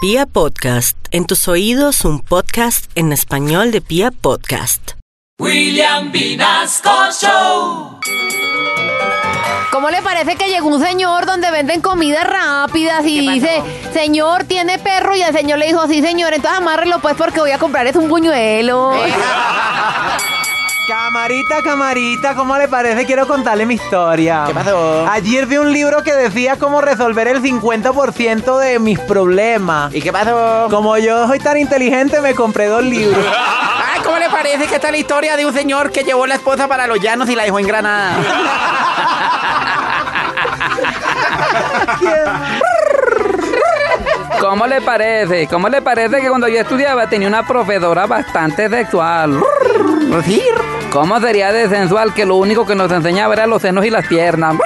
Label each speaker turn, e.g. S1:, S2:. S1: Pia Podcast, en tus oídos un podcast en español de Pia Podcast.
S2: William Vinasco Show.
S3: ¿Cómo le parece que llegó un señor donde venden comidas rápidas y dice, señor, tiene perro? Y el señor le dijo, sí, señor, entonces amárrelo pues porque voy a comprar es un buñuelo.
S4: Camarita, camarita, ¿cómo le parece? Quiero contarle mi historia.
S5: ¿Qué pasó?
S4: Ayer vi un libro que decía cómo resolver el 50% de mis problemas.
S5: ¿Y qué pasó?
S4: Como yo soy tan inteligente, me compré dos libros.
S5: Ay, ¿cómo le parece que está la historia de un señor que llevó la esposa para los llanos y la dejó en Granada?
S6: ¿Cómo le parece? ¿Cómo le parece que cuando yo estudiaba tenía una profesora bastante sexual? ¿Cómo sería de sensual que lo único que nos enseñaba era los senos y las piernas?